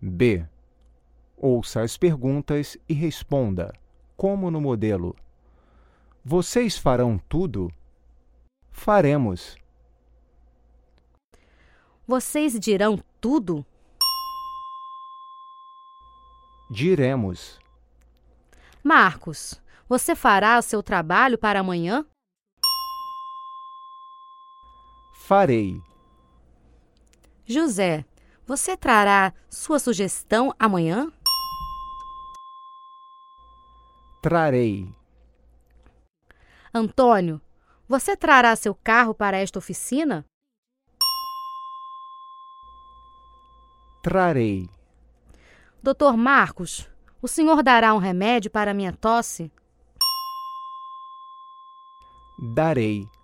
B. Ouça as perguntas e responda, como no modelo. Vocês farão tudo? Faremos. Vocês dirão tudo? Diremos. Marcos, você fará o seu trabalho para amanhã? Farei. José, você trará sua sugestão amanhã? Trarei. Antônio, você trará seu carro para esta oficina? Trarei. Doutor Marcos, o senhor dará um remédio para minha tosse? Darei.